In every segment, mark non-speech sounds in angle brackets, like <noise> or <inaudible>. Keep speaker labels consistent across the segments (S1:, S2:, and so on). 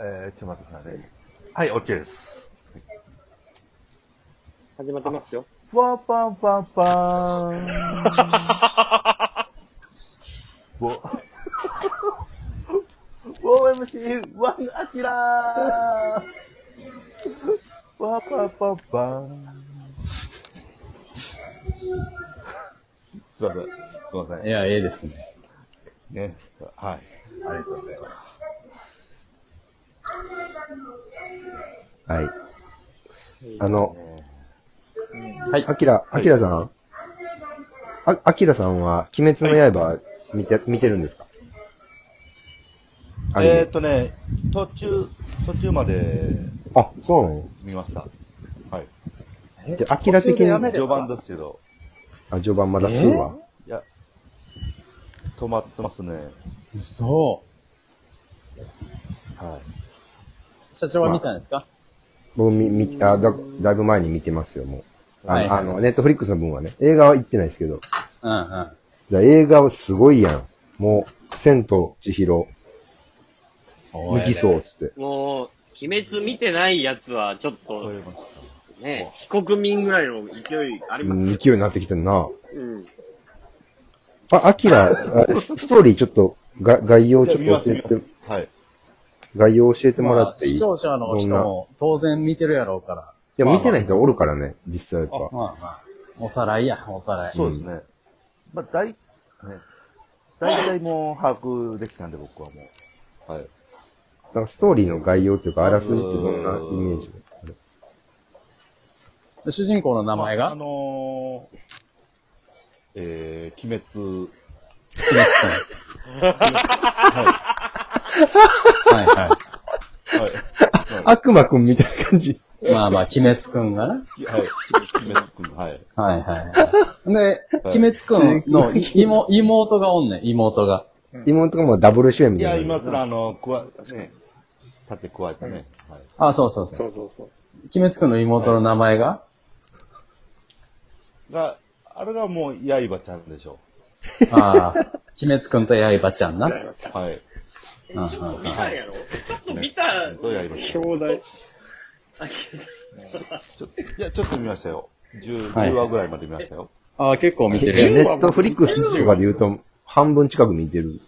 S1: えー、ちょっと待ってくださいね。はい、OK です。
S2: 始まってますよ。
S1: わーパンパンパーン。ぼ OMC1 アキラーわーパンパンパーン。すいません。すいません。
S3: いや、ええですね。
S1: ね。はい。
S3: ありがとうございます。はい。
S4: あの、
S3: はい
S4: アキラ、アキラさん、あ、アキラさんは、鬼滅の刃見て、見てるんですかアニメ
S1: えーっとね、途中、途中まで
S4: あ、そうなの
S1: 見ました。はい。
S4: で、アキラ的
S3: 途中でや
S4: に、
S3: めれ
S1: 序
S3: ば
S1: 盤ですけど、
S4: あ、序盤まだ2話。
S1: いや、止まってますね。
S3: 嘘。
S1: はい。
S3: 社長は見たんですか、
S4: 僕み、み、あだ、だいぶ前に見てますよ、もう。あの、
S3: はいはい
S4: あのネットフリックスの分はね。映画は行ってないですけど。
S3: うんうん。
S4: だ映画はすごいやん。もう、千と千尋、
S3: そう
S4: 無
S3: や
S4: き
S3: で
S4: そうっつって。
S2: もう、鬼滅見てないやつは、ちょっ
S1: そう
S2: と
S1: いうもんですか
S2: ね、非国民ぐらいの勢いあり
S4: う
S2: ます
S4: ん
S2: よ。
S4: 勢いになってきてる
S2: う
S4: な。
S2: ん。
S4: あ、アキラ、あスストーリーちょっと、が概要ちょっと教えて、
S1: はい。
S4: 概要教えてもら
S3: まあ
S4: っ、ていい
S3: 視聴者の人も当然見てるやろうから。
S4: いや、見てない人おるからね、実際やっぱ。
S3: まあまあ。おさらいや、おさらい。
S1: そうですね。まあ、大、ね、大体もう把握できたんで、僕はもう。はい。
S4: なんかストーリーの概要というか、あらすじってどんなイメージ
S3: で主人公の名前
S1: まああ
S3: が
S1: のー、えー、鬼滅、
S3: 鬼滅くん。はいは
S1: はい。はい。
S4: 悪魔くんみたいな感じ。
S3: い。まあまあ、鬼滅くんがな。
S1: はい。鬼滅くん、はい。
S3: はいはいはい。で、鬼滅くんの妹妹がおんねん、妹が。
S4: 妹がもうダブル主演み
S1: い
S4: た
S1: や、
S4: いな。
S1: 今すら、あの、くわ、ね、立て加えたね。はい。
S3: あ、そうそうそう
S2: そう
S3: そう。
S2: そうそう。
S3: 鬼滅くんの妹の名前が
S1: が、あれがもう、刃ちゃんでしょ。
S3: ああ、鬼滅くんと刃ちゃんな。うん
S2: りました。
S1: はい。
S3: うんうん
S2: 見たんやろちょっと見た、
S1: と刃ちゃん。
S2: 兄弟。
S1: ちょいや、ちょっと見ましたよ。10、
S3: はい
S1: 10話ぐらいまで見ましたよ。
S3: ああ、結構見てるやん。
S4: ネットフリックスとかで言うと、半分近く見てる。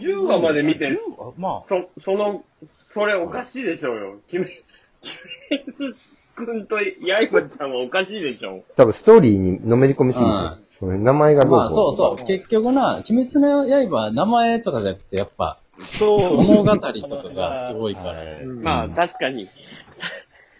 S2: 10話まで見て、
S1: 10話まあ、
S2: そ、その、それおかしいでしょうよ。鬼滅、鬼滅くんと刃ちゃんはおかしいでしょ。
S4: 多分ストーリーにのめり込みすぎて、
S3: うん
S4: その名前がどうこ
S3: まあそうそう。結局な、鬼滅の刃は名前とかじゃなくて、やっぱ、
S1: そう。
S3: 物語とかがすごいか
S1: は
S3: ら。
S1: い
S2: まあ、確かに。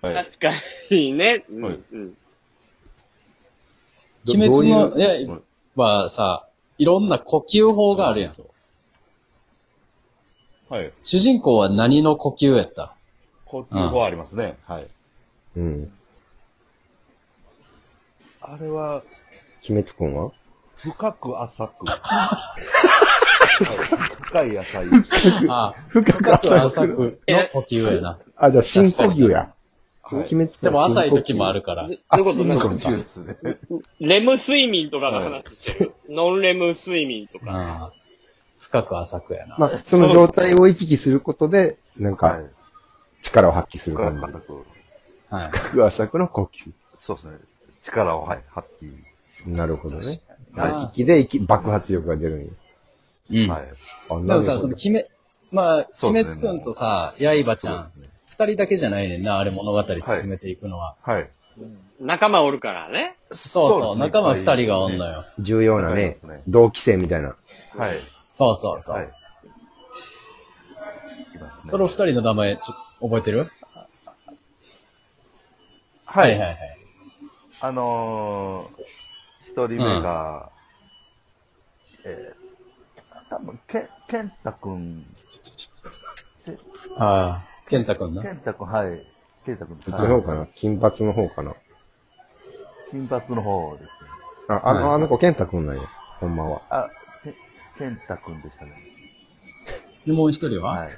S1: はい。
S2: 確かにね。うん
S1: はい
S2: うん。
S4: ど
S3: 鬼滅の
S4: どういう
S3: 刃はさ、いろんな呼吸法があるやん。。
S1: はい。
S3: 主人公は何の呼吸やった
S4: <laughs>
S1: こっちの方ありますね。はい。
S4: うん。鬼
S1: あれは、
S4: 滅くんは
S1: 深く浅く。はい深い野菜。は
S3: ああ、深く浅くの呼
S4: <laughs>
S3: 吸やな。
S4: あ、じゃあ深呼吸や。鬼
S1: い。
S4: 滅くん
S3: でも浅い時もある。から。
S2: と
S4: あ
S2: いうことなんか
S4: そうい
S1: 中
S4: うこと
S1: ですね。
S2: レム睡眠とかの話してる、ノンレム睡眠とか。
S3: うん深く浅くやな。
S4: まあ、その状態を行き来することで、なんか、力を発揮する
S1: 深
S4: 感
S1: く
S4: じ
S1: 浅。く。
S3: はい。
S4: 深く浅くの呼吸。
S1: そうですね。力を、はい、発揮。
S4: なるほどね。
S3: 確かに
S4: はい息で息爆発力が出るんや。
S3: うん。
S1: はい。
S4: あ、
S3: で
S4: な
S3: も
S4: る
S3: さ、
S4: ほ
S3: その、
S4: ど。
S3: 鬼滅、まあ、
S1: そう
S3: 鬼
S1: で
S3: 滅
S1: すね
S3: くんとさ、刃ちゃん、二人だけじゃないねんな、あれ物語進めていくのは。
S1: はい。
S2: 仲間おるからね。
S3: そう
S1: そ
S3: そ
S1: です
S3: うう、
S1: ね
S3: 仲間二人がおんのよ。
S4: 重要な
S1: わか
S4: ね
S1: りますね、
S4: 同期生みたいな。
S1: はい。
S3: そうそうそう。
S1: はい。いますね
S3: その二人の名前、ちょ覚えてる
S1: は。
S3: はいはいい。
S1: あのー、一人目が、えー、多分け、ケンタくん、
S3: ああ、健太くんな。
S1: ケンタくん、はい。ケンタくん、
S4: そっち
S1: はい
S4: の方かな金髪の方かな
S1: 金髪の方ですね。
S4: あ、あ
S3: は
S4: の、
S3: い
S4: あの子、健太くんなんや。ほんまは。
S1: あ、けケンタくんでしたね。
S3: で、もう一
S1: はい。
S3: 人
S1: も
S3: は
S1: う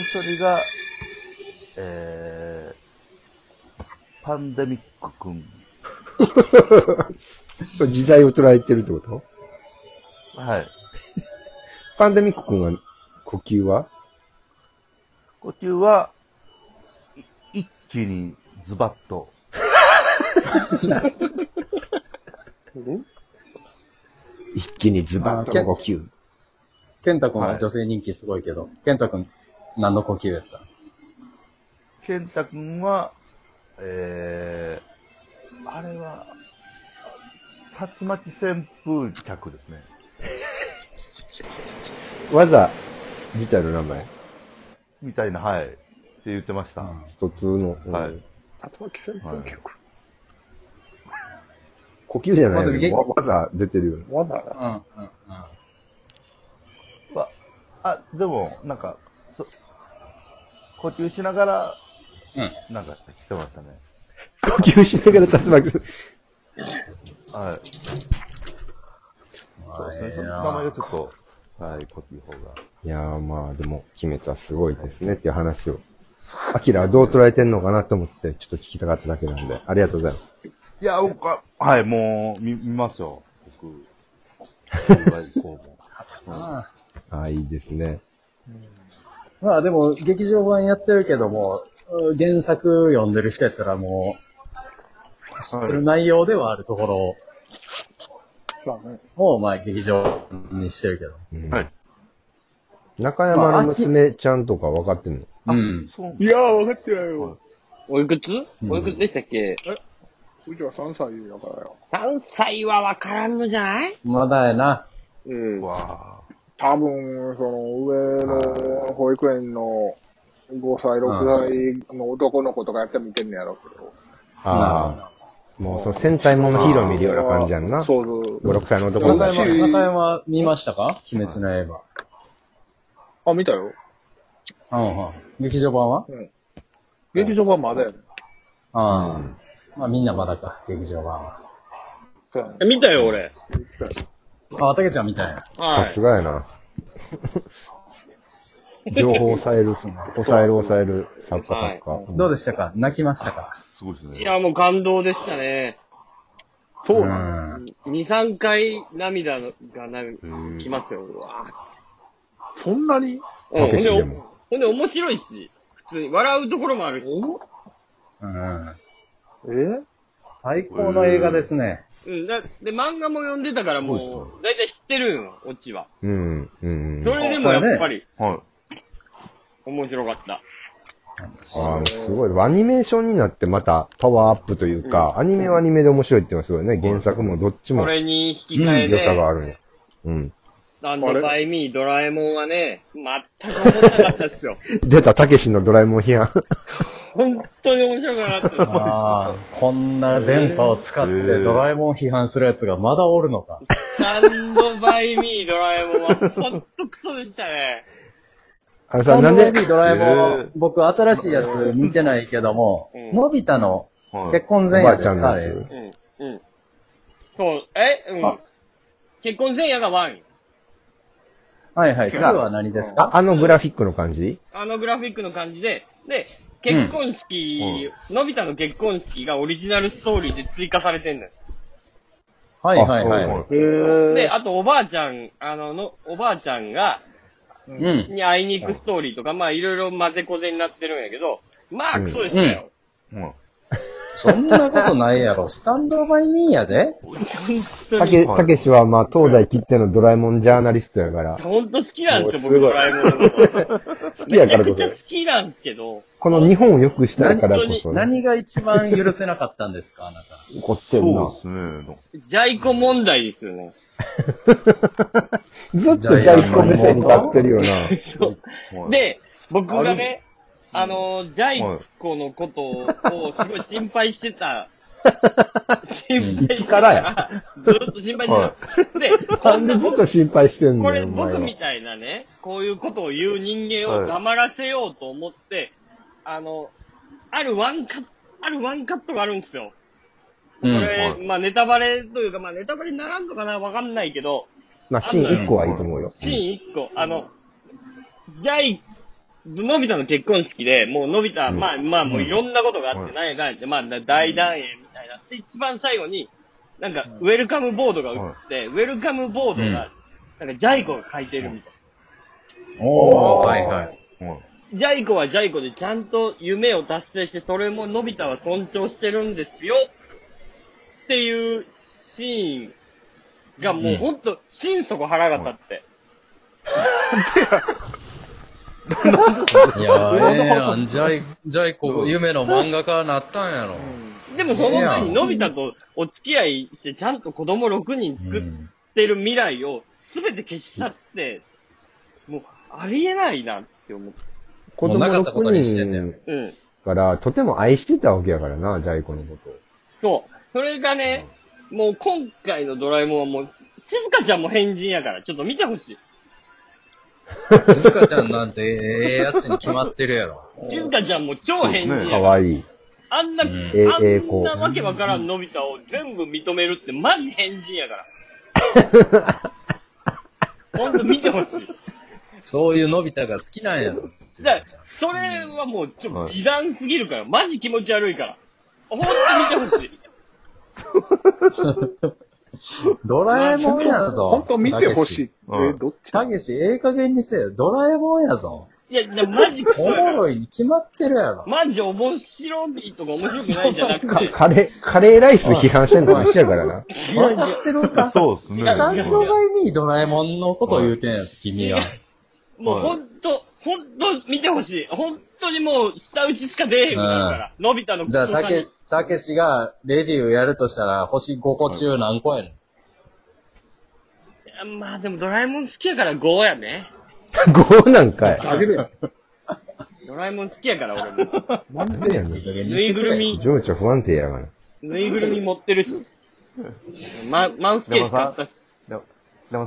S1: 一人が、えー、パンデミックくん。
S4: それ時代を捉えてるってこと
S1: はい。
S4: パンデミック君は、呼吸は
S1: 呼吸は、い一気にズバッと。
S4: 一気にズバッとの呼吸。
S3: ケンタ君は女性人気すごいけど、ケンタ君、何の呼吸やった
S1: 健太くんは、えー、あれは、竜巻旋風客ですね。
S4: 技自体の名前。
S1: みたいな、はい。って言ってました。
S4: 一つの。
S1: はい
S4: うん
S2: 竜巻旋
S1: 風
S2: 風曲。
S4: 呼吸じゃない
S3: まずげ
S4: よ。わ技出てるよね。
S2: わだ
S3: うん、うん、うん。
S1: わあ、でも、なんか、そ呼吸しながら、なんかしてましたね。
S4: 呼吸しながら竜巻。
S1: はい。そうですね。その名前がちょっと、はい、呼吸法が。
S4: いやーまあでも、鬼滅はすごいですねっていう話を。アキラはどう捉えてんのかなと思って、ちょっと聞きたかっただけなんで、ありがとうございます。
S1: いや、僕は、はい、もう、見、見ますよ。
S2: <laughs>
S1: 僕、海外公も。
S3: まあ
S4: ああ、いいですね。
S3: まあでも、劇場版やってるけども、うん原作読んでる人やったらもう、知ってる内容ではあるところを、もうまあ劇場にしてるけど。
S4: うん
S1: はい
S4: 中山の娘ちゃんとか分かってんの
S3: うん。
S1: そう
S5: いやー、分かってないよ。
S2: おいくつ
S3: うん
S2: おいくつでしたっけ
S5: うちは3歳だからよ。
S2: ?3 歳はわからんのじゃない
S3: まだやな。
S2: うん。
S1: わ
S5: 多分、その、上の保育園の5歳、6歳の男の子とかやっても見てんねやろうけど。
S4: ああ。もうその戦隊ものヒーロー見るような感じやんな。5、
S5: そうそう。
S4: 6歳の男の
S3: 中
S4: 子。
S3: 山、中山見ましたか鬼滅の刃。
S5: あ、見たよ。
S3: うんうん。劇場版は
S5: 劇場版まだやね。
S3: ああ。まあみんなまだか、劇場版は。
S5: そうやね。
S2: 見たよ、俺。
S3: あ、竹ちゃんみたいな。
S2: は
S4: さ
S2: い
S4: す。がやな。情報を抑える、抑える抑える、作家作家。
S3: どうでしたか泣きましたか
S1: あ、すごいですね。
S2: いや、もう感動でしたね。
S5: そうな
S3: ん。
S5: の。
S2: 2、3回涙がな、
S1: ん
S2: きますよ。うわー
S5: そんなに
S2: うん、ほ
S4: たけ
S2: んで、
S4: しで
S2: お
S4: も
S2: ほんで面白いし、普通に笑うところもあるし。
S3: うん。
S5: え
S3: 最高の映画ですね。
S2: うん、だで、漫画も読んでたからもう、だいたい知ってるんよ、オチは。
S4: うん、うん。
S2: それでもやっぱり、
S1: はい。
S2: 面白かった。
S4: ああ、すごい。アニメーションになってまたパワーアップというか、アニメはアニメで面白いっていうのはすごいね。原作もどっち
S2: そ
S4: も
S2: れに引き換え
S4: 良さが
S2: で、
S4: あるんや。うん。
S2: スタンドバイミー、ドラえもんはね、全く思わなかったっ
S4: <laughs>
S2: すよ。
S4: 出た、たけしのドラえもん批判。
S2: 本当に面白くなかったっす
S3: ああ、こんな電波を使ってドラえもん批判するやつがまだおるのか。
S2: スタンドバイミー、ドラえもんは、ほんとクソでしたね。
S4: あの
S3: スタ
S4: さ、
S3: ンド
S4: なん
S3: バイ
S4: で
S3: ビ、ードラえもん
S1: えー、
S3: 僕新しいやつ見てないけども
S2: う、ん
S3: のび太の
S1: はい。
S3: 結婚
S4: お
S3: 前
S4: ば
S3: 夜
S4: あち
S3: で
S4: ゃん
S3: すか、あ
S4: の
S3: れ
S4: やつ。
S2: うん。うん。そう、えうん
S3: あ。
S2: 結婚前夜がワン。
S3: はいはい。2は何ですか
S4: あ、あのグラフィックの感じ
S2: あのグラフィックの感じで、で、結婚式、のび太の結婚式がオリジナルストーリーで追加されてんのよ。
S3: はいはいは
S4: あ
S3: い。
S5: へ
S2: で、
S5: え。
S2: あとおばあちゃん、あの、のおばあちゃんが、
S3: うん。
S2: に会いに行くストーリーとか、まあいろいろ混ぜこぜになってるんやけど、まあ
S4: うん
S2: クソでしたよ。
S1: うん。
S3: そんなことないや <laughs> ろ。スタンドバイミーやで
S4: たけ、たけしは、まあ、東西切ってのドラえもんジャーナリストやから、
S2: ほんと好きなんですよ、
S4: も
S2: 僕
S4: うすご
S2: ド
S4: い
S2: ラえもんのこと。
S4: 好き
S2: め
S4: や
S2: ち
S4: か
S2: ゃ
S4: ら
S2: く
S4: こ
S2: ちゃ好
S4: そ、
S2: きなんですけど、
S4: この日本を良くしたいからこそ、
S3: 何が一番許せなかったんですか、あなた。
S4: 怒ってん
S1: そう
S4: な
S1: で。すね。
S2: ジャイコ問題ですよね。
S4: ずっとジャイコ目線に立ってるよな。
S1: はい、
S2: で、僕がね、あのー、ジャ
S1: はい
S2: イコのことをすごい心配してた。心配して
S4: いつからや
S2: ずっと心配してた。で、こ
S4: なん
S2: ん
S4: で
S2: な
S4: ずっ
S2: 僕
S4: と、心配してんの
S2: こ
S4: よ、
S2: れ
S4: お前
S2: 僕
S4: は
S2: み。たいなね、こういうことを言う人間を
S1: はい
S2: 黙らせようと思って、あの、あるワンカット、あるワンカットがあるんですよ。
S3: う
S2: こ
S3: ん。
S2: れ、
S1: は
S2: まあネタバレというか、まあネタバレにならんのかなわかんないけど、
S4: まあ、シーン1個はいいと思うよ。
S2: シーン1個、あの、ジャイ、のび太の結婚式で、もうのび太、
S4: うん
S2: まあまあもういろんなことがあっ
S1: う
S2: て、
S1: ん
S2: なんやかんやって、まあ大団円みたいな。で、一番最後に、なんか、ウェルカムボードが映って、ウェルカムボードが、なんかジャイ子が書いてるみたい
S3: お
S2: お
S3: ー、
S2: ー
S3: はいはい。
S1: うん。
S2: ジャイコはジャイコでちゃんと夢を達成して、それものび太は尊重してるんですよっていうシーンがもうほんと心底腹が立って。
S3: いやー、ええや <laughs> ん。ジャイ、ジャイコ、夢の漫画家なったんやろ。
S2: でもその前にのび太とお付き合いして、ちゃんと子供6人作
S3: う
S2: っ
S3: ん。
S2: てる未来を全て消し去って、もうありえないなって思って。
S4: 子
S3: もう
S4: 供
S3: なかったことにしてんね
S4: 6
S3: ん
S4: 人
S2: うん。
S4: から、とても愛してたわけやからな、ジャイコのことを。
S2: そう。それがね、もう今回のドラえもんはもうし、静香ちゃんも変人やから、ちょっと見てほしい。
S3: 静香ちゃんなんてええやつに決まってるやろ。
S2: 静香ちゃんも超変人や
S4: か
S2: から
S4: わいい。
S2: あんな、
S3: うん
S2: あ
S4: ええ
S2: ん
S4: こ
S2: な
S4: う
S2: わけわからんのび太を全部認めるってマジ変人や <laughs> から。ほんと見てほしい。
S3: そういうのび太が好きなんやろ。静
S2: じゃあ
S3: 香ちゃん、
S2: それはもうちょっと美談すぎるから、マジ気持ち悪いから。ほんと見てほしい。
S3: ドラえもんやぞ。
S5: 本当見てほしい。
S1: う
S5: え、
S1: ん
S5: どっち
S3: たけし、ええ加減にせえよ。ドラえもんやぞ。
S2: いや、でもマジクソ
S3: おも
S2: やから。
S3: ろいに決まってるやろ。
S2: マジ面白いとか面白くないじゃなく
S4: <laughs> か
S2: て、
S4: カレー、カレーライス批判してんのと一緒やから <laughs> な。
S3: 決まってるか。
S1: そうっす
S3: ス <laughs>
S1: ね。
S3: タン
S2: 違う
S3: ドバイミードラえもんのことを言うてんやつ、君は。
S2: もうほんと、ほんと見てほしい。ほんとにもう舌打ちしか出えへんくなるから。のび太のク
S3: じゃ
S2: ソ
S3: あ、
S2: さ
S3: た
S2: に
S3: け、たけしがレディーやるとしたら、星5個中何個やねん。
S2: いやまあでもドラえもん好きやから5やね。
S4: 5なんかい。
S5: あげるやん。
S2: ドラえもん好きやから俺も。
S4: なんでやねん。
S3: いい加減に
S2: ぬい
S3: して
S2: ぐ
S3: くれ
S2: るみ、
S4: 情緒不安定やから。
S2: ぬいぐるみ持ってるし。ママウスケーキ買ったし。
S1: でもでもさ、